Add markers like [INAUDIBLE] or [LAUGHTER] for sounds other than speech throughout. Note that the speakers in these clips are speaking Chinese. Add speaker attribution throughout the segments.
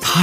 Speaker 1: 他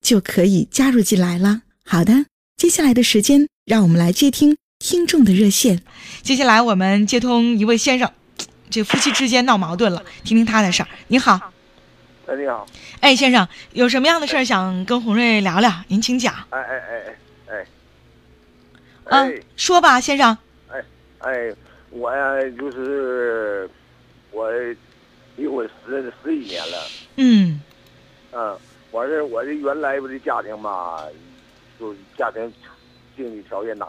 Speaker 2: 就可以加入进来了。好的，接下来的时间，让我们来接听听众的热线。
Speaker 3: 接下来我们接通一位先生，这夫妻之间闹矛盾了，听听他的事儿。您好，
Speaker 4: 哎，你好，
Speaker 3: 哎，先生，有什么样的事儿想跟洪瑞聊聊？您请讲。
Speaker 4: 哎哎哎哎
Speaker 3: 嗯、
Speaker 4: 哎
Speaker 3: 说吧，先生。
Speaker 4: 哎哎，我呀就是我离婚十十几年了，
Speaker 3: 嗯
Speaker 4: 嗯，完事儿我这原来我这家庭吧，就是家庭经济条件哪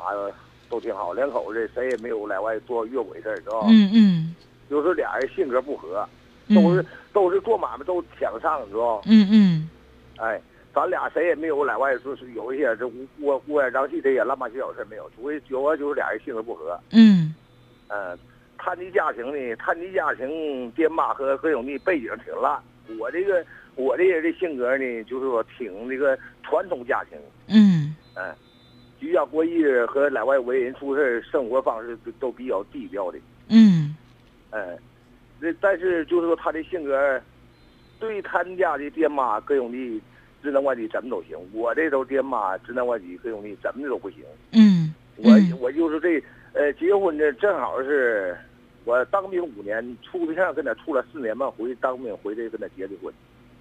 Speaker 4: 都挺好，两口子谁也没有来外做越轨事儿，是吧？
Speaker 3: 嗯嗯
Speaker 4: 有时候俩人性格不合，
Speaker 3: 嗯
Speaker 4: 都是、都是做买卖都抢上，是吧？
Speaker 3: 嗯嗯
Speaker 4: 哎，咱俩谁也没有在外，就是有一些这乌乌乌烟瘴气的也乱八七小事没有，除非久而久之俩人性格不合。
Speaker 3: 嗯
Speaker 4: 嗯，他的家庭呢，他的家庭爹妈和各种的背景挺烂。我这个我这人的性格呢，就是说挺那个传统家庭，
Speaker 3: 嗯
Speaker 4: 嗯，居家过日和在外为人处事生活方式都都比较低调的，
Speaker 3: 嗯
Speaker 4: 嗯，那但是就是说他的性格，对他们家的爹妈各种的知难外地怎么都行，我这都爹妈知难外地各种的怎么的都不行。
Speaker 3: 嗯
Speaker 4: 我
Speaker 3: 嗯
Speaker 4: 我就是这，呃，结婚的正好是我当兵五年，处对象跟他处了四年半，回去当兵回来跟他结的婚。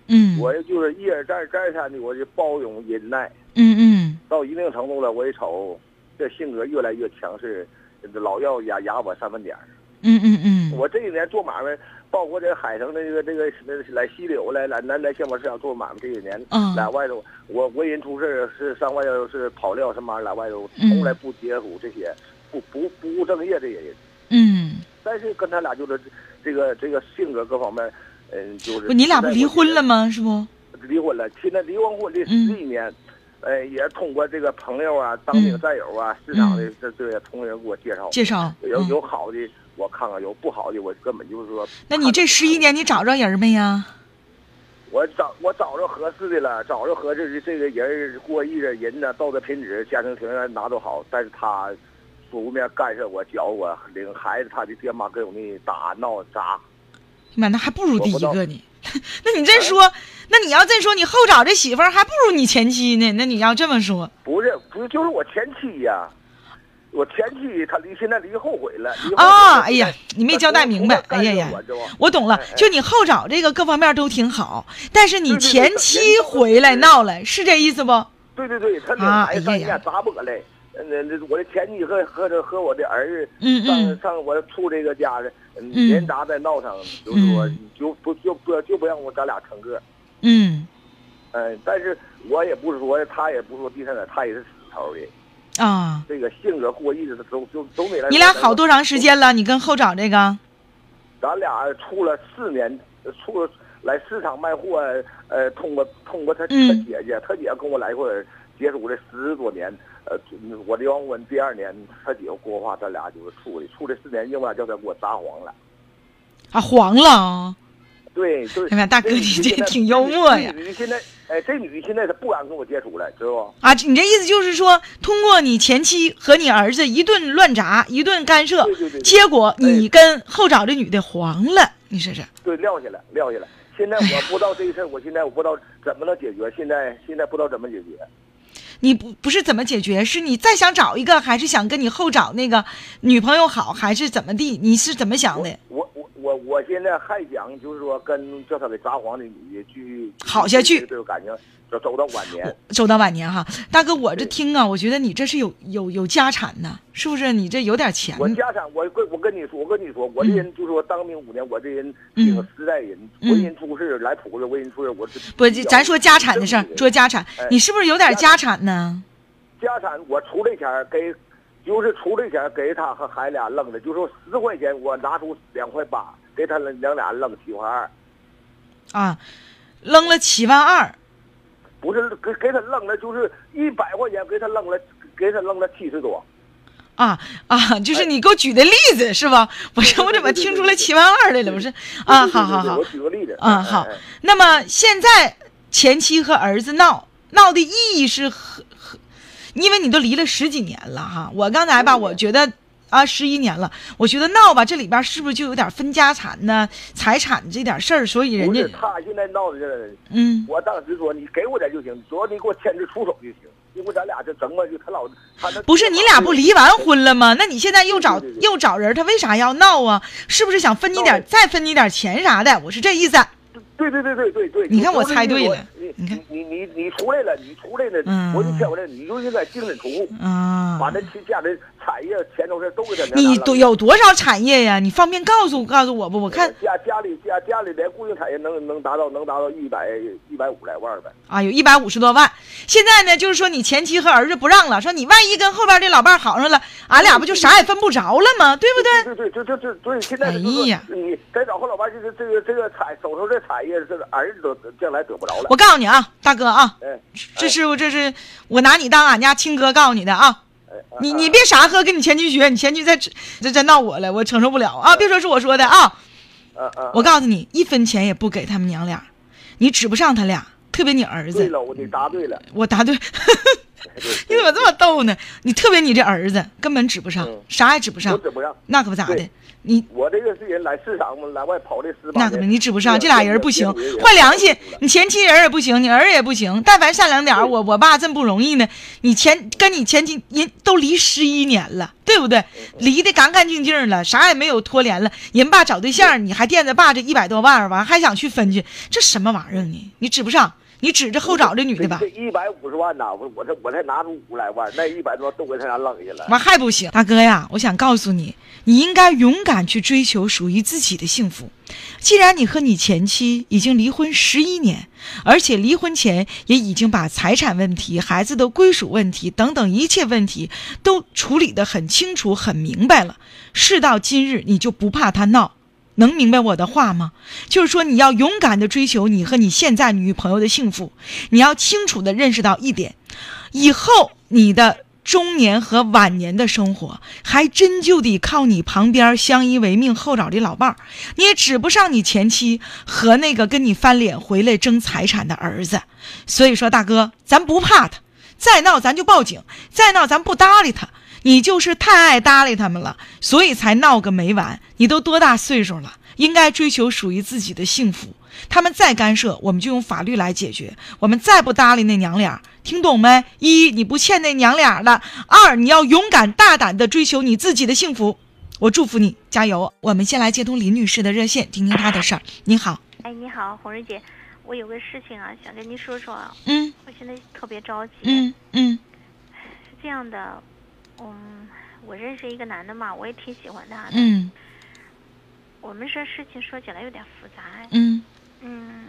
Speaker 3: 嗯
Speaker 4: 我就是一而再再而三的，我就包容忍耐，
Speaker 3: 嗯嗯
Speaker 4: 到一定程度了，我一瞅这性格越来越强势，老要压压我三分点儿。
Speaker 3: 嗯嗯嗯
Speaker 4: 我这一年做买卖，包括在海城的这个这个那来西柳来来南来县贸市啊场做买卖这几年，
Speaker 3: 嗯
Speaker 4: 在外头我为人处事是上外头是跑料什么，在外头
Speaker 3: 嗯
Speaker 4: 从来不接触这些不不不务正业这些人。
Speaker 3: 嗯，
Speaker 4: 但是跟他俩就是这个这个性格各方面，嗯，就是
Speaker 3: 不，你俩不离婚了？吗？是不？
Speaker 4: 离婚了，现在离完婚这十
Speaker 3: 嗯
Speaker 4: 一年，呃，也通过这个朋友啊、当
Speaker 3: 嗯
Speaker 4: 地战友啊、市场的这这些同仁给我介绍，
Speaker 3: 介绍。
Speaker 4: 有
Speaker 3: 嗯
Speaker 4: 有好的我看看，有不好的我根本就是说。
Speaker 3: 那你这十一年你找着人没呀？
Speaker 4: 我找我找着合适的了，找着合适的这个人儿过日子，人呢道德品质、家庭条件哪都好，但是他出面干涉我、搅我，领孩子他的爹妈各种的打闹砸。
Speaker 3: 妈，那还不如第一
Speaker 4: 我不
Speaker 3: 个
Speaker 4: [LAUGHS]
Speaker 3: 呢。那你这说，那你要这说，你后找这媳妇儿还不如你前妻呢。那你要这么说，
Speaker 4: 不是不是，就是我前妻呀、我前妻她离现在离后悔了。离后悔
Speaker 3: 啊
Speaker 4: 了
Speaker 3: 哎呀你没交代明白
Speaker 4: 她出面
Speaker 3: 哎呀
Speaker 4: 干涉
Speaker 3: 呀
Speaker 4: 我知道吧
Speaker 3: 我懂了
Speaker 4: 哎，哎
Speaker 3: 就你后找这个各方面都挺好，但是你
Speaker 4: 对对对
Speaker 3: 前
Speaker 4: 对
Speaker 3: 妻
Speaker 4: 人都
Speaker 3: 回来
Speaker 4: 是
Speaker 3: 闹来，是这意思不？
Speaker 4: 对对对，她领
Speaker 3: 啊
Speaker 4: 孩子
Speaker 3: 哎
Speaker 4: 上
Speaker 3: 呀呀
Speaker 4: 家砸我嘞。嗯那那我的前妻和和这和我的儿子
Speaker 3: 嗯嗯
Speaker 4: 上上我处这个家的，嗯
Speaker 3: 嗯
Speaker 4: 连砸带闹上，就是说
Speaker 3: 嗯
Speaker 4: 就不就不就不让我咱俩成个，
Speaker 3: 嗯
Speaker 4: 嗯，但是我也不是说他也不是说第三者，他也是死头的，
Speaker 3: 啊，
Speaker 4: 这个性格过日子都都都没来。
Speaker 3: 你俩好多长时？间了？你跟后找这个？
Speaker 4: 咱俩处了四年，处了来市场卖货，呃，通过通过他他
Speaker 3: 嗯
Speaker 4: 姐姐，他姐姐跟我来过接触了十多年，呃，我离完婚第二年，他姐夫给我话，咱俩就是处的，处了四年，硬把叫他给我砸黄了。
Speaker 3: 啊，黄了啊！
Speaker 4: 对，就是。
Speaker 3: 哎呀大哥
Speaker 4: 这
Speaker 3: 你
Speaker 4: 女的
Speaker 3: 这
Speaker 4: 现在
Speaker 3: 挺幽默呀
Speaker 4: 这女的现在，哎，这女的现在她不敢跟我接触了，知道不？
Speaker 3: 啊，你这意思就是说，通过你前妻和你儿子一顿乱砸，一顿干涉
Speaker 4: 对对对，对
Speaker 3: 结果你
Speaker 4: 对
Speaker 3: 跟后找这女的黄了，你说这？
Speaker 4: 对，撂下来，撂下来。现在我不知道这事儿，我现在我不知道怎么能解决，现在现在不知道怎么解决。
Speaker 3: 你不不是怎么解决？是你再想找一个，还是想跟你后找那个女朋友好，还是怎么地？你是怎么想的？
Speaker 4: 我我我我现在还想就是说跟叫他给札幌的女继续
Speaker 3: 好下去
Speaker 4: 这个感情走走到晚年。
Speaker 3: 走到晚年哈，呃大哥，我这
Speaker 4: 对
Speaker 3: 听啊，我觉得你这是有有有家产呐，是不是？你这有点钱
Speaker 4: 我家产，我跟我跟你说，我跟你说，我这人就是说当兵五年，我这人这个实在人，
Speaker 3: 嗯
Speaker 4: 为人处事来朴实，为人处事我是
Speaker 3: 不
Speaker 4: 比，较
Speaker 3: 咱说家产的事儿
Speaker 4: 正，直
Speaker 3: 说家产
Speaker 4: 哎，
Speaker 3: 你是不是有点家产呢？
Speaker 4: 家产我出这钱儿给，就是出这钱儿给他和孩子俩愣的，就说十块钱我拿出两块八给他们娘俩愣七块二，
Speaker 3: 啊，扔了七万二，
Speaker 4: 不是给给他愣了，就是一百块钱给他愣了，给他愣了七十多。
Speaker 3: 啊啊，就是
Speaker 4: 哎
Speaker 3: 你给我举的例子是吧？我说我怎么听出来七万二来了？我说啊，
Speaker 4: [LAUGHS] 对对对
Speaker 3: 好好
Speaker 4: 对
Speaker 3: 好
Speaker 4: 我，举个例子
Speaker 3: 啊
Speaker 4: 哎
Speaker 3: 好
Speaker 4: 哎哎
Speaker 3: 那么现在前妻和儿子闹闹的意义是和和，因为你都离了十几年了哈。我刚才吧，
Speaker 4: 11年
Speaker 3: 我觉得啊，十一年了，我觉得闹吧，这里边是不是就有点分家产呢、财产这点事儿？所以人
Speaker 4: 不
Speaker 3: 家
Speaker 4: 是他现在闹的这个人，
Speaker 3: 嗯，
Speaker 4: 我当时说你给我点就行，主要你给我签字出手就行，因为咱俩这整个就他老他那
Speaker 3: 不是你俩不离完婚了吗？那你现在又找
Speaker 4: 对对对
Speaker 3: 又找人，他为啥要闹啊？是不是想分你点，再分你点钱啥的？我是这意思。
Speaker 4: 对对对对对对，
Speaker 3: 你看我猜对了
Speaker 4: 你
Speaker 3: 你看
Speaker 4: 你你你出来了，你出来了，
Speaker 3: 嗯
Speaker 4: 我就劝我这，你就应该净身出户，
Speaker 3: 啊，
Speaker 4: 把那旗下的产业、钱都是都给他拿
Speaker 3: 你
Speaker 4: 了
Speaker 3: 多有多少产业呀？你方便告诉告诉我不？我看
Speaker 4: 家家里家家里连固定产业能能达到能达到一百一百五来万呗，
Speaker 3: 啊，有一百五十多万。现在呢，就是说你前妻和儿子不让了，说你万一跟后边这老伴儿好上了，俺俩不就啥也分不着了吗？对不对？
Speaker 4: 对对对，就就对，现在
Speaker 3: 哎
Speaker 4: 就是说
Speaker 3: 呀
Speaker 4: 你该找后老伴儿，就是这个这个产手头这产业，这个儿子都将来得不着了。
Speaker 3: 我告诉你啊，大哥啊，
Speaker 4: 哎，
Speaker 3: 这是我这是我拿你当俺家亲哥告诉你的啊。
Speaker 4: 哎
Speaker 3: 你你别傻呵，跟你前妻学，你前妻再再再闹我了，我承受不了啊！别说是我说的啊，
Speaker 4: 啊啊！
Speaker 3: 我告诉你，一分钱也不给他们娘俩，你指不上他俩，特别你儿
Speaker 4: 对
Speaker 3: 子，
Speaker 4: 了，我你答对了。
Speaker 3: 我答对。 [LAUGHS] 你
Speaker 4: 对
Speaker 3: 怎么这么逗呢？你特别你这儿子根本指不上
Speaker 4: 嗯，
Speaker 3: 啥也指不上
Speaker 4: 我，指不上，
Speaker 3: 那可不咋的
Speaker 4: 对。
Speaker 3: 你
Speaker 4: 我这个是人来市场嘛，来外跑这十
Speaker 3: 那
Speaker 4: 八年，
Speaker 3: 可不，你指不上，这俩人不行，
Speaker 4: 坏
Speaker 3: 坏良心，你前妻人也不行，你儿也不行，但凡善良点儿，我我爸真不容易呢。你前跟你前妻人都离十一年了，对不对？离得干干净净了，啥也没有拖连了。人爸找对象，你还惦着爸这一百多万儿，完还想去分去，这什么玩意儿呢？你指不上，你指着后找这女的吧
Speaker 4: 这。一百五十万呐，我我这我才拿出五来万，那一百多都给他俩扔下了。
Speaker 3: 完还不行，大哥呀，我想告诉你，你应该勇敢去追求属于自己的幸福。既然你和你前妻已经离婚十一年，而且离婚前也已经把财产问题、孩子的归属问题等等一切问题都处理得很清楚、很明白了，事到今日你就不怕他闹。能明白我的话吗？就是说，你要勇敢的追求你和你现在女朋友的幸福，你要清楚的认识到一点，以后你的中年和晚年的生活，还真就得靠你旁边相依为命后找的老伴儿，你也指不上你前妻和那个跟你翻脸回来争财产的儿子。所以说，大哥，咱不怕他，再闹咱就报警，再闹咱不搭理他。你就是太爱搭理他们了，所以才闹个没完。你都多大岁数了，应该追求属于自己的幸福。他们再干涉，我们就用法律来解决。我们再不搭理那娘俩儿，听懂没？一，你不欠那娘俩儿了；二，你要勇敢大胆的追求你自己的幸福。我祝福你，加油！我们先来接通林女士的热线，听听她的事儿。你好，
Speaker 5: 哎，你好，红瑞姐，我有个事情啊，想跟您说说啊，
Speaker 3: 嗯
Speaker 5: 我现在特别着急。，
Speaker 3: 嗯嗯
Speaker 5: 是这样的，嗯，我认识一个男的嘛，我也挺喜欢他的。，
Speaker 3: 嗯
Speaker 5: 我们这事情说起来有点复杂。哎
Speaker 3: 嗯
Speaker 5: 嗯，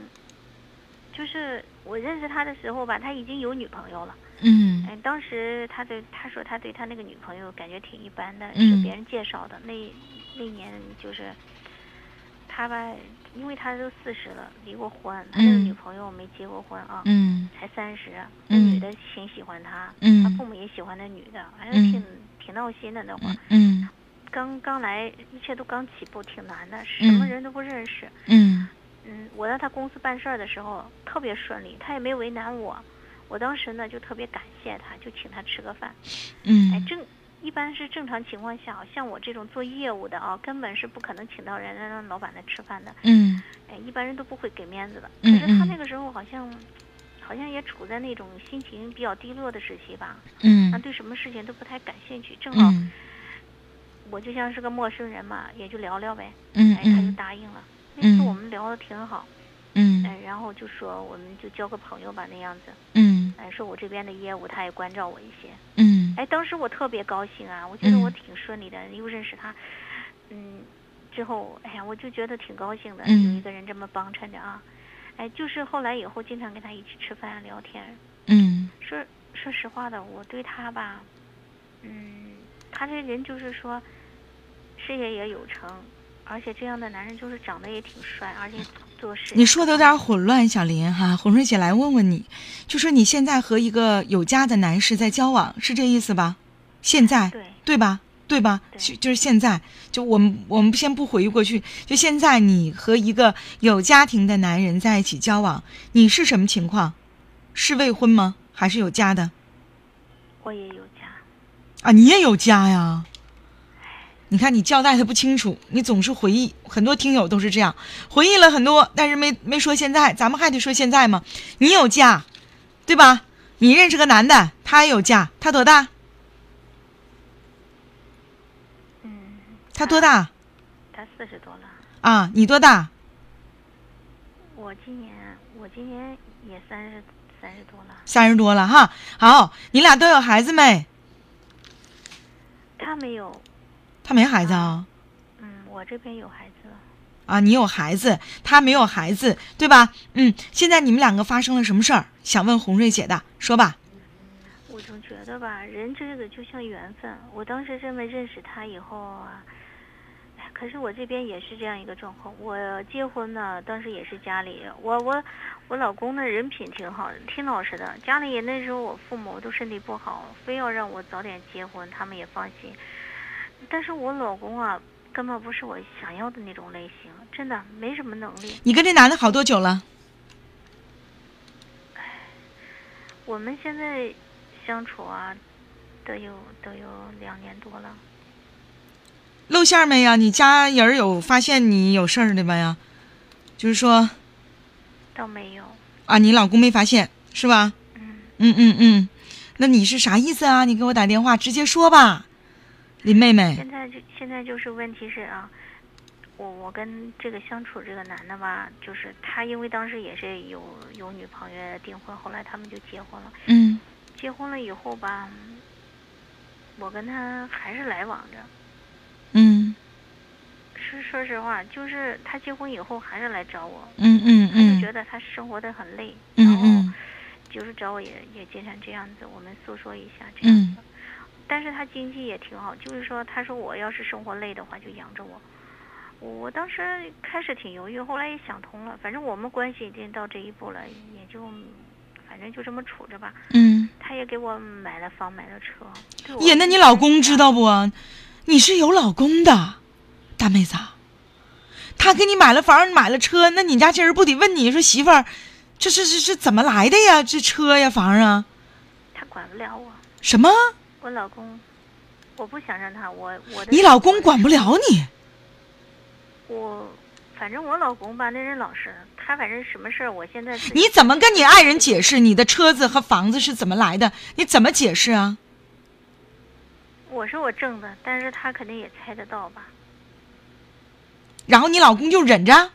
Speaker 5: 就是我认识他的时候吧，他已经有女朋友了。
Speaker 3: 嗯
Speaker 5: 哎，当时他对他说他对他那个女朋友感觉挺一般的，
Speaker 3: 嗯
Speaker 5: 是别人介绍的。那那年就是他吧，因为他都四十了，离过婚，他那个
Speaker 3: 嗯
Speaker 5: 女朋友没结过婚啊，
Speaker 3: 嗯
Speaker 5: 才三十，那
Speaker 3: 嗯
Speaker 5: 女的挺喜欢他，他
Speaker 3: 嗯
Speaker 5: 父母也喜欢那女的，反
Speaker 3: 嗯
Speaker 5: 正挺、挺闹心的那会儿，
Speaker 3: 嗯
Speaker 5: 刚刚来，一切都刚起步，挺难的，什么
Speaker 3: 嗯
Speaker 5: 人都不认识。
Speaker 3: 嗯
Speaker 5: 嗯，我在他公司办事儿的时候特别顺利，他也没为难我。我当时呢就特别感谢他，就请他吃个饭。哎，
Speaker 3: 嗯
Speaker 5: 正一般是正常情况下，像我这种做业务的啊，根本是不可能请到人来让老板来吃饭的。
Speaker 3: 嗯
Speaker 5: 哎，一般人都不会给面子的。可
Speaker 3: 嗯
Speaker 5: 是他
Speaker 3: 嗯
Speaker 5: 那个时候好像，好像也处在那种心情比较低落的时期吧，他
Speaker 3: 嗯
Speaker 5: 对什么事情都不太感兴趣。正好
Speaker 3: 嗯
Speaker 5: 我就像是个陌生人嘛，也就聊聊呗。
Speaker 3: 嗯
Speaker 5: 哎，他就
Speaker 3: 嗯
Speaker 5: 答应了。那
Speaker 3: 嗯
Speaker 5: 次我们聊的挺好，
Speaker 3: 嗯
Speaker 5: 哎，然后就说我们就交个朋友吧那样子。
Speaker 3: 嗯
Speaker 5: 哎，说我这边的业务他也关照我一些。
Speaker 3: 嗯
Speaker 5: 哎，当时我特别高兴啊，我觉得我
Speaker 3: 嗯
Speaker 5: 挺顺利的，又认识他，嗯，之后哎呀，我就觉得挺高兴的，有
Speaker 3: 嗯
Speaker 5: 一个人这么帮衬着啊。哎，就是后来以后经常跟他一起吃饭聊天，
Speaker 3: 嗯
Speaker 5: 说说实话的，我对他吧，嗯，他这人就是说，事业也有成，而且这样的男人就是长得也挺帅，而且做事
Speaker 3: 你说的有点混乱，小林哈，混乱姐来问问你，就说你现在和一个有家的男士在交往，是这意思吧？现在
Speaker 5: 对
Speaker 3: 对吧？对吧？
Speaker 5: 对
Speaker 3: 就就是现在，就我们我们先不回忆过去，就现在你和一个有家庭的男人在一起交往，你是什么情况？是未婚吗？还是有家的？
Speaker 5: 我也有家，
Speaker 3: 啊，你也有家呀？你看你交代的不清楚，你总是回忆，很多听友都是这样，回忆了很多，但是没没说现在，咱们还得说现在嘛。你有家，对吧？你认识个男的，他也有家，他多大？
Speaker 5: 嗯，
Speaker 3: 他多大
Speaker 5: 他四十多了，
Speaker 3: 啊？你多大？
Speaker 5: 我今年我今年也三十三十多了，
Speaker 3: 三十多了哈。好，你俩都有孩子没？
Speaker 5: 他没有，
Speaker 3: 他没孩子啊、
Speaker 5: 嗯，我这边有孩子了，
Speaker 3: 啊，你有孩子，他没有孩子，对吧？嗯，现在你们两个发生了什么事儿？想问红瑞姐的，说吧。
Speaker 5: 我总觉得吧，人这个就像缘分。我当时这么认识他以后啊，哎可是我这边也是这样一个状况。我结婚呢，当时也是家里，我我我老公呢人品挺好，挺老实的。家里也那时候我父母都身体不好，非要让我早点结婚，他们也放心。但是我老公啊，根本不是我想要的那种类型，真的没什么能力。
Speaker 3: 你跟这男的好多久了？
Speaker 5: 我们现在相处啊，得有得有两年多了。
Speaker 3: 露馅儿没呀？你家人儿有发现你有事儿的没呀？就是说
Speaker 5: 倒没有，
Speaker 3: 啊，你老公没发现是吧？
Speaker 5: 嗯，
Speaker 3: 嗯嗯嗯，那你是啥意思啊？你给我打电话直接说吧，林妹妹。
Speaker 5: 现在就现在就是问题是啊，我我跟这个相处这个男的吧，就是他因为当时也是有有女朋友订婚，后来他们就结婚了，
Speaker 3: 嗯
Speaker 5: 结婚了以后吧，我跟他还是来往着。
Speaker 3: 嗯
Speaker 5: 是说实话，就是他结婚以后还是来找我，
Speaker 3: 嗯嗯
Speaker 5: 他就
Speaker 3: 嗯
Speaker 5: 觉得他生活的很累，
Speaker 3: 嗯
Speaker 5: 然后
Speaker 3: 嗯
Speaker 5: 就是找我也也经常这样子，我们诉说一下这样子。
Speaker 3: 嗯
Speaker 5: 但是他经济也挺好，就是说，他说我要是生活累的话，就养着我。我我当时开始挺犹豫，后来也想通了，反正我们关系已经到这一步了，也就反正就这么处着吧。
Speaker 3: 嗯。
Speaker 5: 他也给我买了房，买了车。对我
Speaker 3: 耶，那你老公知？道不？你是有老公的，大妹子啊。他给你买了房，买了车，那你家这人不得问你说媳妇儿，这是这是怎么来的呀？这车呀，房啊，
Speaker 5: 他管不了我，
Speaker 3: 什么？
Speaker 5: 我老公，我不想让他，我我的
Speaker 3: 你老公管不了你。
Speaker 5: 我，反正我老公吧，那人老实，他反正什么事儿，我现在自己
Speaker 3: 你怎么跟你爱人解释你的车子和房子是怎么来的？你怎么解释啊？
Speaker 5: 我说我挣的，但是他肯定也猜得到吧？
Speaker 3: 然后你老公就忍着？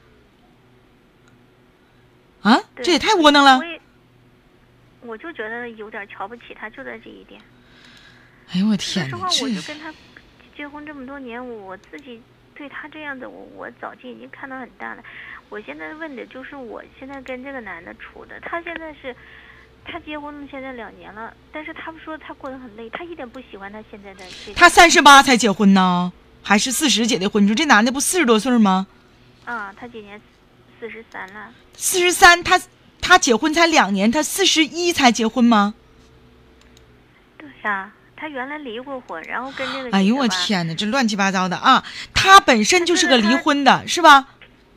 Speaker 3: 啊，
Speaker 5: 对
Speaker 3: 这也太窝囊了
Speaker 5: 我！也，我就觉得有点瞧不起他，就在这一点。
Speaker 3: 哎呦我
Speaker 5: 说
Speaker 3: 天
Speaker 5: 实
Speaker 3: 哪
Speaker 5: 话，，我就
Speaker 3: 这
Speaker 5: 跟他结婚这么多年，我自己对他这样子，我我早就已经看得很淡了。我现在问的就是，我现在跟这个男的处的，他现在是，他结婚现在两年了，但是他们说他过得很累，他一点不喜欢他现在的这
Speaker 3: 他三十八才结婚呢，还是四十结的婚？你说这男的不四十多岁吗？
Speaker 5: 啊，他今年四十三了，
Speaker 3: 四十三，他他结婚才两年，他四十一才结婚吗？
Speaker 5: 对呀、他原来离过婚，然后跟这个
Speaker 3: 哎
Speaker 5: 女
Speaker 3: 呦
Speaker 5: 的
Speaker 3: 我
Speaker 5: 吧
Speaker 3: 天哪，这乱七八糟的啊！他本身就是个
Speaker 5: 但是
Speaker 3: 离
Speaker 5: 他
Speaker 3: 婚的，是吧？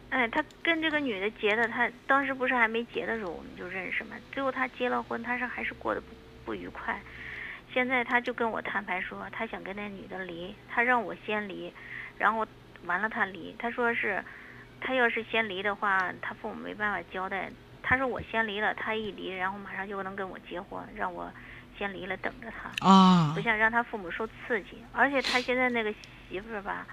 Speaker 5: 哎，他跟这个女的结的，他当时不是还没结的时候我们就认识嘛。最后他结了婚，他是还是过得不不愉快。现在他就跟我摊牌说，他想跟那女的离，他让我先离，然后完了他离，他说是，他要是先离的话，他父母没办法交代。他说我先离了，他一离，然后马上就能跟我结婚，让我先离了，等着他。
Speaker 3: 啊
Speaker 5: 不，想让他父母受刺激，而且他现在那个媳妇儿吧，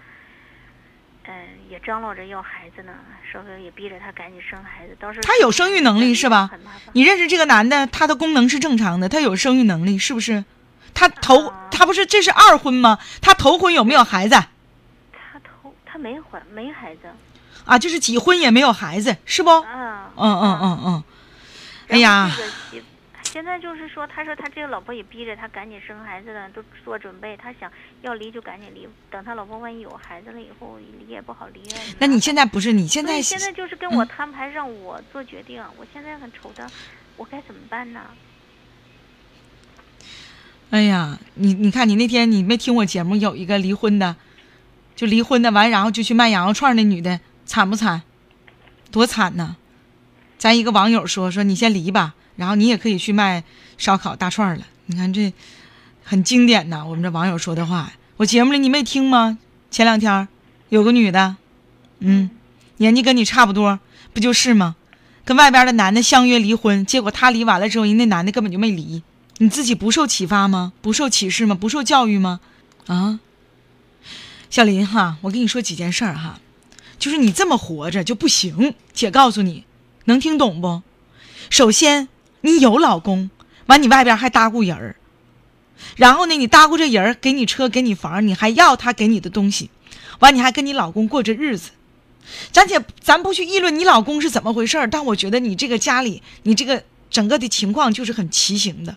Speaker 5: 嗯、也张罗着要孩子呢，稍微也逼着她赶紧生孩子。当时
Speaker 3: 她有生育能力是吧
Speaker 5: 很麻烦。
Speaker 3: 你认识这个男的，他的功能是正常的，他有生育能力，是不是？他头
Speaker 5: 啊
Speaker 3: 他不是这是二婚吗？他头婚有没有孩子
Speaker 5: 她头她没怀没孩子
Speaker 3: 啊？就是几婚也没有孩子，是不？嗯
Speaker 5: 啊。
Speaker 3: 嗯
Speaker 5: 啊。
Speaker 3: 嗯嗯。哎呀
Speaker 5: 然后，这个媳妇现在就是说，他说他这个老婆也逼着他赶紧生孩子了，都做准备，他想要离就赶紧离，等他老婆万一有孩子了以后离也不好离啊。
Speaker 3: 那你现在不是你现
Speaker 5: 现
Speaker 3: 在嗯
Speaker 5: 现在就是跟我摊牌，让我做决定，我现在很愁的，我该怎么办呢？
Speaker 3: 哎呀，你你看，你那天你没听我节目，有一个离婚的，就离婚的完，然后就去卖羊肉串儿那女的，惨不惨？多惨呐！咱一个网友说说你先离吧，然后你也可以去卖烧烤大串儿了。你看这很经典呐，我们这网友说的话，我节目里你没听吗？前两天儿有个女的，嗯，年纪跟你差不多，不就是吗？跟外边的男的相约离婚，结果她离完了之后，人那男的根本就没离。你自己不受启发吗？不受启示吗？不受教育吗？啊，小林哈，我跟你说几件事儿哈，就是你这么活着就不行。姐告诉你，能听懂不？首先，你有老公，完你外边还搭顾人儿，然后呢，你搭顾这人儿给你车给你房，你还要他给你的东西，完你还跟你老公过着日子。咱姐，咱不去议论你老公是怎么回事儿，但我觉得你这个家里，你这个整个的情况就是很畸形的。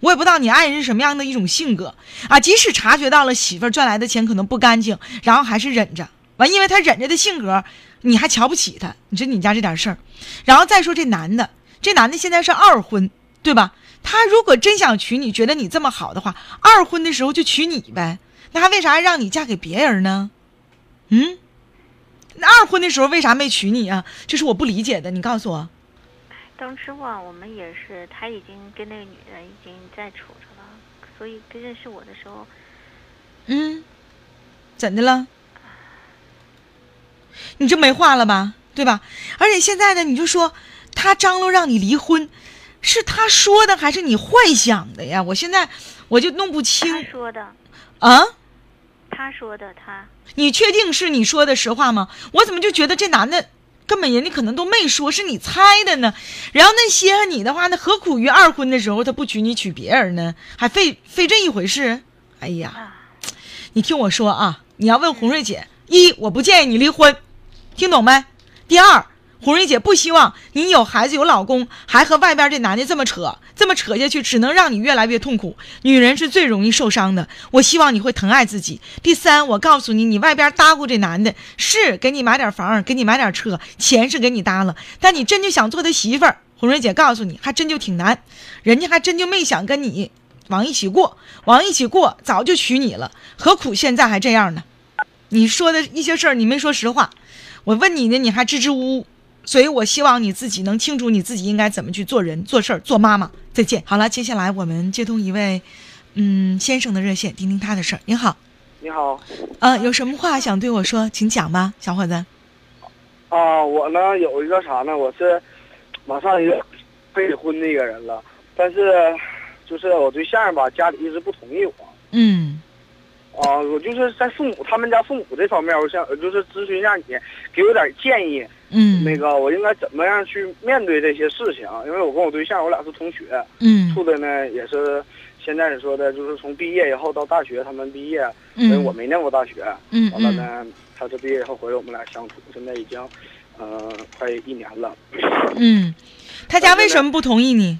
Speaker 3: 我也不知道你爱人是什么样的一种性格啊，即使察觉到了媳妇儿赚来的钱可能不干净，然后还是忍着，完，因为他忍着的性格，你还瞧不起他，你说你家这点事儿，然后再说这男的，这男的现在是二婚，对吧？他如果真想娶你，觉得你这么好的话，二婚的时候就娶你呗，那还为啥让你嫁给别人呢？嗯，那二婚的时候为啥没娶你啊？这是我不理解的，你告诉我。
Speaker 5: 当时吧，我们也是，他已经跟那个女的已经在处着了，所以跟认识我的时候，
Speaker 3: 嗯，怎的了？你这没话了吧？对吧？而且现在呢，你就说他张罗让你离婚，是他说的还是你幻想的呀？我现在我就弄不
Speaker 5: 他
Speaker 3: 清
Speaker 5: 说的，
Speaker 3: 啊！
Speaker 5: 他说的，他
Speaker 3: 你确定是你说的实话吗？我怎么就觉得这男的根本人家可能都没说，是你猜的呢？然后那稀罕你的话，那何苦于二婚的时候他不娶你娶别人呢？还费费这一回事？哎呀！
Speaker 5: 啊，
Speaker 3: 你听我说啊，你要问红瑞姐，一我不建议你离婚，听懂没？第二，红瑞姐不希望你有孩子有老公，还和外边这男的这么扯，这么扯下去，只能让你越来越痛苦。女人是最容易受伤的，我希望你会疼爱自己。第三，我告诉你，你外边搭咕这男的是给你买点房，给你买点车，钱是给你搭了，但你真就想做他媳妇儿，红瑞姐告诉你，还真就挺难，人家还真就没想跟你往一起过，往一起过，早就娶你了，何苦现在还这样呢？你说的一些事儿，你没说实话，我问你呢，你还支支吾吾，所以我希望你自己能清楚你自己应该怎么去做人、做事儿、做妈妈。再见。好了，接下来我们接通一位，嗯，先生的热线，听听他的事儿。您好，
Speaker 4: 你好，
Speaker 3: 呃，有什么话想对我说，请讲吧，小伙子。
Speaker 4: 啊，我呢有一个啥呢？我是马上一个被婚的一个人了，但是就是我对象吧，家里一直不同意我。
Speaker 3: 嗯
Speaker 4: 啊，我就是在父母他们家父母这方面，我想呃就是咨询一下你，给我点建议。
Speaker 3: 嗯，
Speaker 4: 那个我应该怎么样去面对这些事情？啊因为我跟我对象，我俩是同学，
Speaker 3: 嗯
Speaker 4: 处的呢也是现在你说的，就是从毕业以后到大学，他们毕业，因为
Speaker 3: 嗯，
Speaker 4: 我没念过大学，
Speaker 3: 嗯
Speaker 4: 完了
Speaker 3: 嗯
Speaker 4: 呢，他这毕业以后回来，我们俩相处，现在已经，呃，快一年了。
Speaker 3: 嗯，他家为什么不同意你？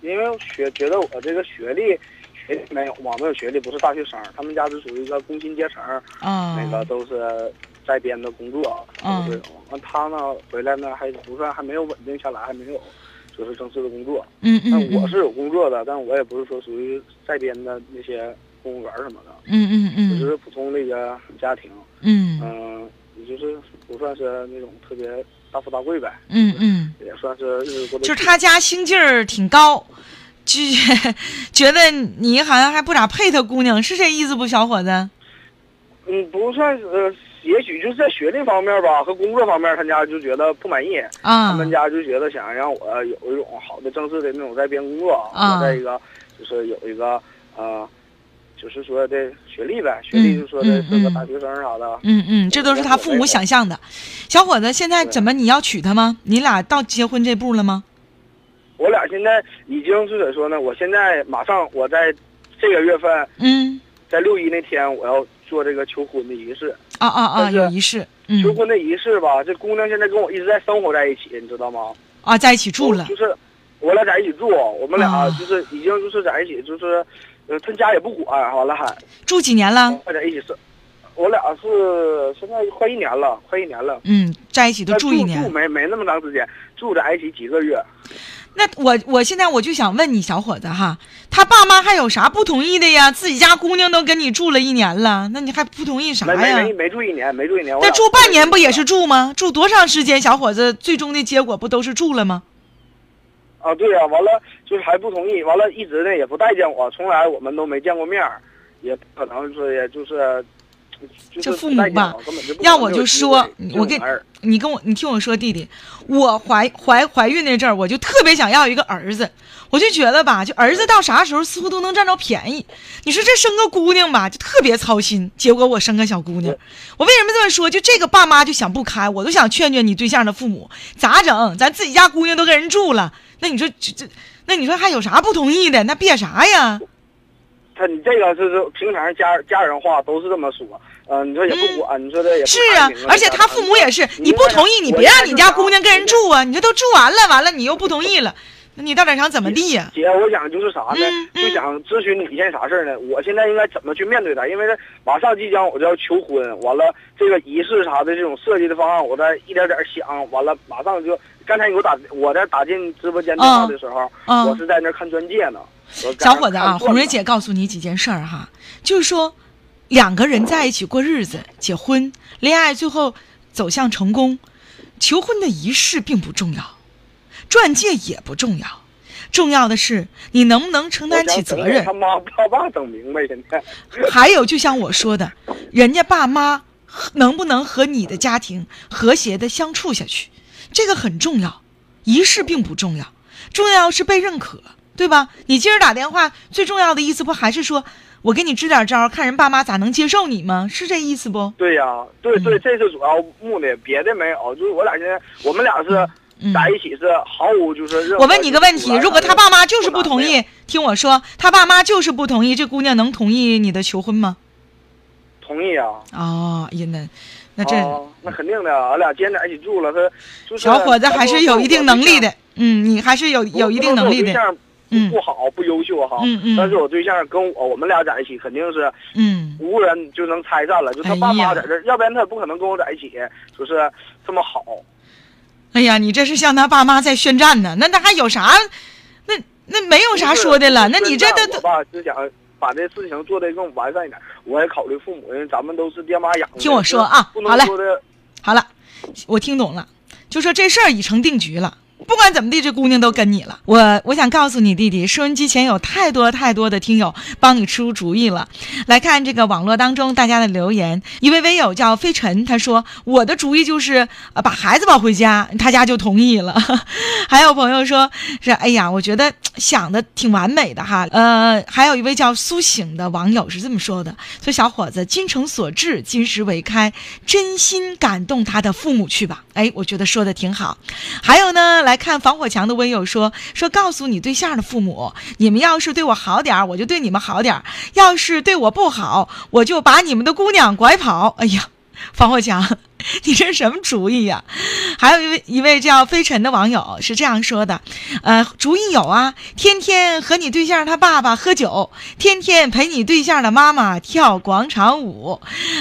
Speaker 4: 因为学觉得我这个学历，学历没有嘛，没有学历，不是大学生，他们家是属于一个工薪阶层，
Speaker 3: 啊，
Speaker 4: 那个都是在编的工作，
Speaker 3: 嗯
Speaker 4: 都是这种。完他呢回来呢还不算还没有稳定下来，还没有就是正式的工作。
Speaker 3: 嗯
Speaker 4: 但
Speaker 3: 嗯，
Speaker 4: 我是有工作的，但我也不是说属于在编的那些公务员什么的，
Speaker 3: 嗯嗯
Speaker 4: 我就
Speaker 3: 嗯
Speaker 4: 是普通的一个家庭，
Speaker 3: 嗯嗯
Speaker 4: 嗯、也就是不算是那种特别大富大贵呗，
Speaker 3: 嗯嗯。
Speaker 4: 也算是日子过得
Speaker 3: 就是
Speaker 4: 去
Speaker 3: 他家心劲儿挺高，就觉得你好像还不咋配他姑娘，是这意思不，小伙子？
Speaker 4: 嗯，不算是，呃也许就是在学历方面吧和工作方面，他家就觉得不满意，他
Speaker 3: 啊，
Speaker 4: 们家就觉得想让我呃有一种好的正式的那种在编工作，
Speaker 3: 啊
Speaker 4: 我在一个就是有一个呃就是说的学历呗，学历就说的
Speaker 3: 嗯
Speaker 4: 是个
Speaker 3: 嗯
Speaker 4: 大学生啥的，
Speaker 3: 嗯嗯，这都是他父母想象的。小伙子，现在
Speaker 4: 对
Speaker 3: 怎么你要娶她吗？你俩到结婚这步了吗？
Speaker 4: 我俩现在已经是咋说呢？我现在马上我在这个月份，
Speaker 3: 嗯，
Speaker 4: 在六一那天我要做这个求婚的仪式。
Speaker 3: 啊啊啊，
Speaker 4: 但是
Speaker 3: 有仪式，嗯
Speaker 4: 求婚的仪式吧，这姑娘现在跟我一直在生活在一起，你知道吗？
Speaker 3: 啊，在一起住了
Speaker 4: 就，是我俩在一起住，我们
Speaker 3: 啊
Speaker 4: 俩就是已经就是在一起，就是呃，他家也不管，完了
Speaker 3: 啊
Speaker 4: 还
Speaker 3: 住几年了？
Speaker 4: 还在一起生。我俩是现在快一年了，快一年了。
Speaker 3: 嗯，在一起都
Speaker 4: 那
Speaker 3: 住一
Speaker 4: 住
Speaker 3: 年。
Speaker 4: 没没那么长时间，住在一起几个月。
Speaker 3: 那我我现在我就想问你，小伙子哈，他爸妈还有啥不同意的呀？自己家姑娘都跟你住了一年了，那你还不同意啥
Speaker 4: 没没
Speaker 3: 呀
Speaker 4: 没？没住一年，没住一年。啊我
Speaker 3: 那
Speaker 4: 俩
Speaker 3: 住半年不也是住吗？住多长时间？小伙子，最终的结果不都是住了吗？
Speaker 4: 啊？对呀、完了就是还不同意，完了一直呢也不待见我，从来我们都没见过面儿，也不可能是也就是。就
Speaker 3: 这
Speaker 4: 是
Speaker 3: 父
Speaker 4: 不
Speaker 3: 母
Speaker 4: 待见
Speaker 3: 吧
Speaker 4: 我根本就不可能
Speaker 3: 要我
Speaker 4: 有
Speaker 3: 就
Speaker 4: 机
Speaker 3: 说
Speaker 4: 会
Speaker 3: 你
Speaker 4: 这
Speaker 3: 我
Speaker 4: 种
Speaker 3: 跟
Speaker 4: 玩意儿
Speaker 3: 你跟我，你听我说，弟弟，我怀怀怀孕那阵儿，我就特别想要一个儿子，我就觉得吧，就儿子到啥时候似乎都能占着便宜。你说这生个姑娘吧，就特别操心。结果我生个小姑娘，我为什么这么说？就这个爸妈就想不开，我都想劝劝你对象的父母，咋整？咱自己家姑娘都跟人住了，那你说这这，那你说还有啥不同意的？那别啥呀？
Speaker 4: 他你这个就是平常家家人话都是这么说，嗯、你说也不管，你说这也不
Speaker 3: 是
Speaker 4: 看
Speaker 3: 啊
Speaker 4: 明白，
Speaker 3: 而且他父母也是，
Speaker 4: 你
Speaker 3: 你不
Speaker 4: 说
Speaker 3: 同意，
Speaker 4: 我
Speaker 3: 你别让
Speaker 4: 现
Speaker 3: 你
Speaker 4: 在就
Speaker 3: 家
Speaker 4: 想
Speaker 3: 姑娘跟人住啊！你这都住完了，完了你又不同意了，那你到底想怎么地呀、
Speaker 4: 姐，我想就是啥呢？
Speaker 3: 嗯嗯
Speaker 4: 就想咨询你一件啥事儿呢？我现在应该怎么去面对他？因为这马上即将我就要求婚，完了这个仪式啥的这种设计的方案，我在一点点想，完了马上就刚才你给我打我在打进直播间电话的时候，
Speaker 3: 嗯
Speaker 4: 我是在那看钻戒呢。我在那
Speaker 3: 小伙子啊，
Speaker 4: 看钻
Speaker 3: 红
Speaker 4: 呢
Speaker 3: 蕊姐告诉你几件事儿哈，就是说，两个人在一起过日子、结婚、恋爱，最后走向成功，求婚的仪式并不重要，钻戒也不重要，重要的是你能不能承
Speaker 4: 我
Speaker 3: 担起
Speaker 4: 想
Speaker 3: 责
Speaker 4: 整给
Speaker 3: 任
Speaker 4: 他。妈他爸整明白现在。
Speaker 3: 还有，就像我说的，人家爸妈能不能和你的家庭和谐的相处下去，这个很重要。仪式并不重要，重要是被认可，对吧？你今儿打电话，最重要的意思不还是说我给你支点招儿，看人爸妈咋能接受你吗？是这意思不？
Speaker 4: 对呀、对
Speaker 3: 嗯
Speaker 4: 对，这是主要目的，别的没有。就是我俩现在，我们俩是
Speaker 3: 嗯
Speaker 4: 在一起是毫无就是任何。
Speaker 3: 我问你个问题，如果他爸妈就是不同
Speaker 4: 没有
Speaker 3: 意，听我说，他爸妈就是不同意，这姑娘能同意你的求婚吗？
Speaker 4: 同意啊，
Speaker 3: 哦，也能，那这。
Speaker 4: 啊、那肯定的啊，俺俩既然在一起住了，他就是
Speaker 3: 小伙子还是有一定能力的，嗯，你还是有
Speaker 4: 不
Speaker 3: 有一定能力的，。嗯
Speaker 4: 不能说我对象不好不优秀哈，
Speaker 3: 嗯嗯
Speaker 4: 但是我对象跟我我们俩在一起肯定是
Speaker 3: 嗯，
Speaker 4: 无人就能拆散了，就他爸
Speaker 3: 哎呀
Speaker 4: 妈在这儿，要不然他也不可能跟我在一起，就是这么好。
Speaker 3: 哎呀，你这是向他爸妈在宣战呢，那那还有啥？那那没有啥说的了，那你这
Speaker 4: 都
Speaker 3: 都
Speaker 4: 我吧是想把这事情做得更完善一点，我也考虑父母，因为咱们都是爹妈养的。
Speaker 3: 听我说啊
Speaker 4: 不
Speaker 3: 好
Speaker 4: 能
Speaker 3: 嘞
Speaker 4: 说的
Speaker 3: 好了，我听懂了，就说这事儿已成定局了。不管怎么地，这姑娘都跟你了。我我想告诉你，弟弟，收音机前有太多太多的听友帮你出主意了。来看这个网络当中大家的留言，一位微友叫飞尘，他说我的主意就是、呃、把孩子抱回家，他家就同意了。 [LAUGHS] 还有朋友说是哎呀，我觉得想的挺完美的哈。呃，还有一位叫苏醒的网友是这么说的：说小伙子，精诚所至，金石为开，真心感动他的父母去吧。哎，我觉得说的挺好。还有呢，来看防火墙的微友说说，告诉你对象的父母，你们要是对我好点儿，我就对你们好点儿；要是对我不好，我就把你们的姑娘拐跑。哎呀。防火墙，你这是什么主意呀、还有一位一位叫飞尘的网友是这样说的，呃，主意有啊，天天和你对象他爸爸喝酒，天天陪你对象的妈妈跳广场舞，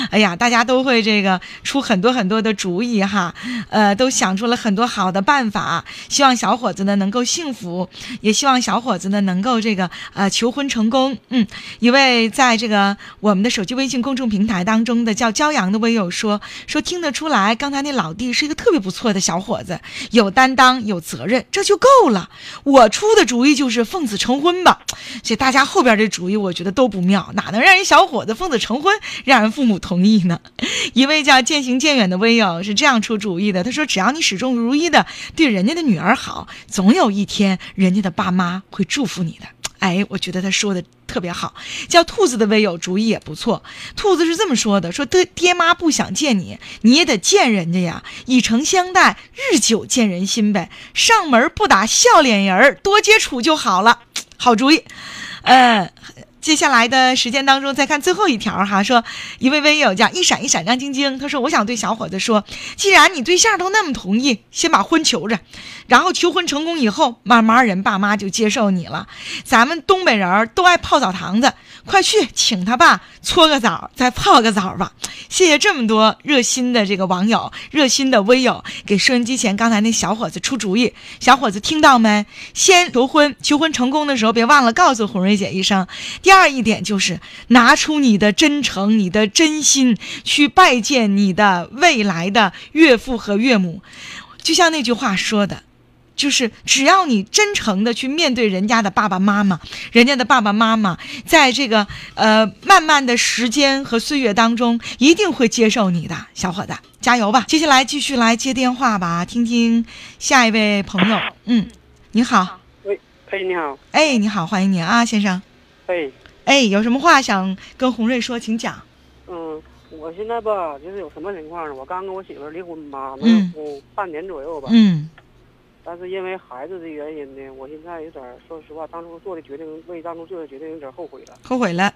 Speaker 3: 哎呀，大家都会这个出很多很多的主意哈，呃，都想出了很多好的办法，希望小伙子呢能够幸福，也希望小伙子呢能够这个呃求婚成功。嗯，一位在这个我们的手机微信公众平台当中的叫骄阳的微友说说听得出来，刚才那老弟是一个特别不错的小伙子，有担当，有责任，这就够了。我出的主意就是奉子成婚吧，这大家后边这主意我觉得都不妙，哪能让人小伙子奉子成婚，让人父母同意呢？ [LAUGHS] 一位叫渐行渐远的微友是这样出主意的，他说只要你始终如一的对人家的女儿好，总有一天人家的爸妈会祝福你的。哎，我觉得他说的特别好，叫兔子的微友主意也不错。兔子是这么说的：说爹爹妈不想见你，你也得见人家呀，以诚相待，日久见人心呗。上门不打笑脸人儿，多接触就好了。好主意，呃。接下来的时间当中，再看最后一条哈，说一位微友叫一闪一闪亮晶晶，他说我想对小伙子说，既然你对象都那么同意，先把婚求着，然后求婚成功以后，慢慢人爸妈就接受你了。咱们东北人儿都爱泡澡堂子，快去请他爸搓个澡，再泡个澡吧。谢谢这么多热心的这个网友，热心的微友给收音机前刚才那小伙子出主意，小伙子听到没？先求婚，求婚成功的时候别忘了告诉红瑞姐一声。第二一点就是拿出你的真诚、你的真心去拜见你的未来的岳父和岳母，就像那句话说的。就是只要你真诚的去面对人家的爸爸妈妈，人家的爸爸妈妈在这个呃漫漫的时间和岁月当中，一定会接受你的，小伙子，加油吧！接下来继续来接电话吧，听听下一位朋友。嗯，你好，
Speaker 4: 喂，哎，你好，
Speaker 3: 哎，你好，欢迎您啊，先生。
Speaker 4: 哎，
Speaker 3: 哎，有什么话想跟红瑞说，请讲。
Speaker 4: 嗯，我现在吧，就是有什么情况呢？我刚跟我媳妇儿离婚吧，
Speaker 3: 嗯
Speaker 4: 能有半年左右吧。
Speaker 3: 嗯
Speaker 4: 但是因为孩子的原因呢，我现在有点儿，说实话，当初做的决定，为当初做的决定有点儿后悔了。
Speaker 3: 后悔了，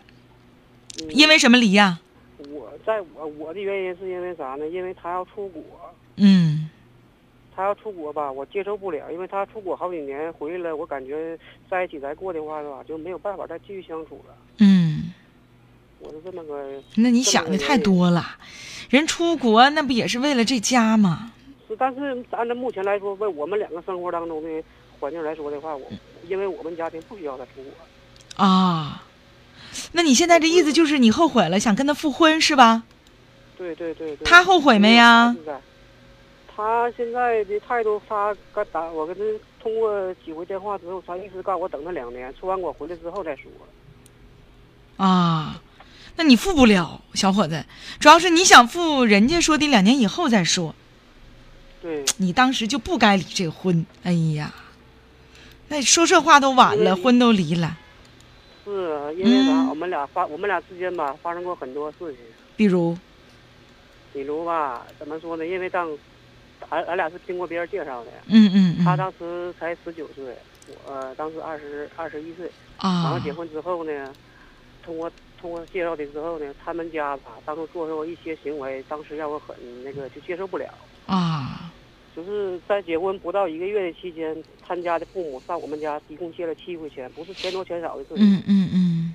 Speaker 4: 嗯、
Speaker 3: 因为什么离呀、
Speaker 4: 我在我我的原因是因为啥呢？因为他要出国，
Speaker 3: 嗯
Speaker 4: 他要出国吧，我接受不了，因为他出国好几年回来了，我感觉在一起再过的话吧，就没有办法再继续相处了。
Speaker 3: 嗯，
Speaker 4: 我是这么个，
Speaker 3: 那你想的太多了，人出国那不也是为了这家吗？
Speaker 4: 是但是按照目前来说，为我们两个生活当中的环境来说的话，我因为我们家庭不需要他出国。
Speaker 3: 啊、那你现在这意思就是你后悔了，想跟他复婚是吧？
Speaker 4: 对对对对。
Speaker 3: 他后悔没呀
Speaker 4: 是的？他现在的态度，他刚打我跟他通过几回电话之后，他一直告诉我等他两年，说完我回来之后再说。
Speaker 3: 啊，那你复不了，小伙子，主要是你想复，人家说的两年以后再说，
Speaker 4: 对，
Speaker 3: 你当时就不该离这婚。哎呀，嗯那说这话都晚了，
Speaker 4: 因为
Speaker 3: 婚都离了。
Speaker 4: 是因为啥？
Speaker 3: 嗯
Speaker 4: 我们俩发我们俩之间吧发生过很多事情，
Speaker 3: 比如，
Speaker 4: 比如吧怎么说呢？因为当俺俺俩是经过别人介绍的，
Speaker 3: 嗯嗯嗯，
Speaker 4: 他当时才十九岁，我、呃、当时二十二十一岁。然后
Speaker 3: 啊，
Speaker 4: 结婚之后呢，通过通过介绍的之后呢，他们家吧，当初做出一些行为，当时让我很那个就接受不了。
Speaker 3: 啊，
Speaker 4: 就是在结婚不到一个月的期间，他家的父母上我们家一共借了七回钱，不是钱多钱少的事情。
Speaker 3: 嗯嗯嗯，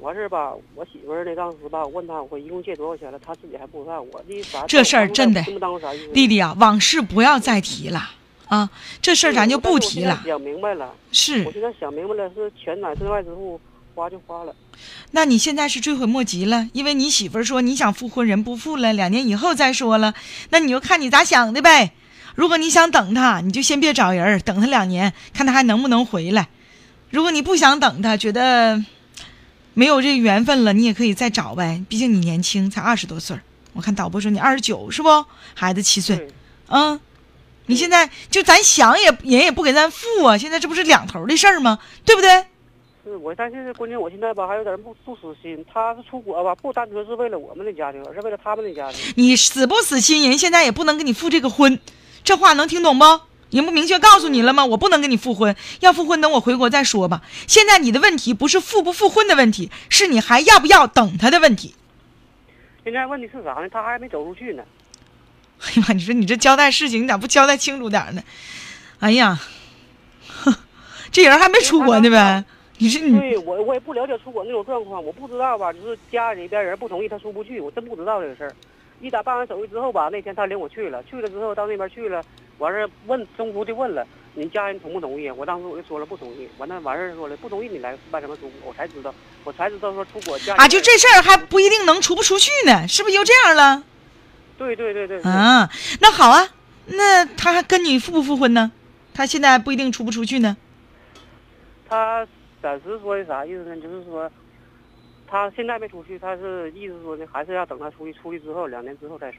Speaker 4: 完事儿吧，我媳妇儿呢，当时吧，我问她我一共借多少钱了，她自己还不知道。我的啥？
Speaker 3: 这事儿真的
Speaker 4: 听不当回啥意思。
Speaker 3: 弟弟啊，往事不要再提了啊，这事儿嗯咱就不提
Speaker 4: 但
Speaker 3: 了嗯
Speaker 4: 是我现在。想明白了，我
Speaker 3: 是，
Speaker 4: 现在想明白了，是钱乃身外之物，花就花了。
Speaker 3: 那你现在是追悔莫及了，因为你媳妇儿说你想复婚，人不复了，两年以后再说了，那你就看你咋想的呗。如果你想等他，你就先别找人儿，等他两年，看他还能不能回来。如果你不想等他，觉得没有这缘分了，你也可以再找呗，毕竟你年轻，才二十多岁儿。我看导播说你二十九是不？孩子七岁，
Speaker 4: 对
Speaker 3: 嗯，你
Speaker 4: 对
Speaker 3: 现在就咱想也人也不给咱付啊，现在这不是两头的事儿吗？对不对？
Speaker 4: 是我，但是关键我现在吧，还有点不不死心。他是出国吧，不单纯是为了我们的家庭，而是为了他们的家庭。
Speaker 3: 你死不死心，人现在也不能给你复这个婚，这话能听懂不？人不明确告诉你了吗？我不能跟你复婚，要复婚等我回国再说吧。现在你的问题不是复不复婚的问题，是你还要不要等他的问题。
Speaker 4: 现在问题是啥呢？他还没走出去呢。
Speaker 3: 哎呀妈，你说你这交代事情，你咋不交代清楚点儿呢？哎呀， [LAUGHS] 哼这人还没出国呢呗？你说你
Speaker 4: 对我，我也不了解出国那种状况，我不知道吧，就是家里边人不同意他出不去，我真不知道这个事儿。一打办完手续之后吧，那天他领我去了，去了之后到那边去了，完事儿问中途就问了，你家人同不同意？我当时我就说了不同意，完了完事儿说了不同意你来办什么出国？我才知道，我才知道说出国家里
Speaker 3: 啊，就
Speaker 4: 边
Speaker 3: 这事儿还不一定能出不出去呢，是不是就这样了？
Speaker 4: 对对对对，
Speaker 3: 啊，那好啊，那他还跟你复不复婚呢？他现在不一定出不出去呢。
Speaker 4: 他暂时说的啥意思呢？就是说，他现在没出去，他是意思说呢，还是要等他出去，出去之后两年之后再说。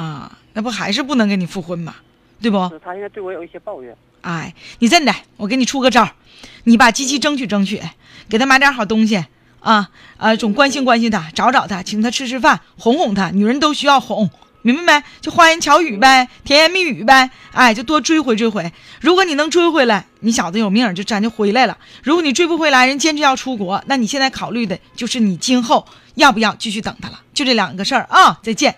Speaker 3: 啊，那不还是不能跟你复婚吗？对不？
Speaker 4: 是他现在对我有一些抱怨，
Speaker 3: 哎，你这么的，我给你出个招儿，你把鸡鸡争取争取，给他买点好东西啊啊，总关心关心他，找找他，请他吃吃饭，哄哄他，女人都需要哄。明白没？就花言巧语呗，甜言蜜语呗，哎，就多追回追回。如果你能追回来，你小子有命，就咱就回来了。如果你追不回来，人坚持要出国，那你现在考虑的就是你今后要不要继续等他了，就这两个事儿啊。再见。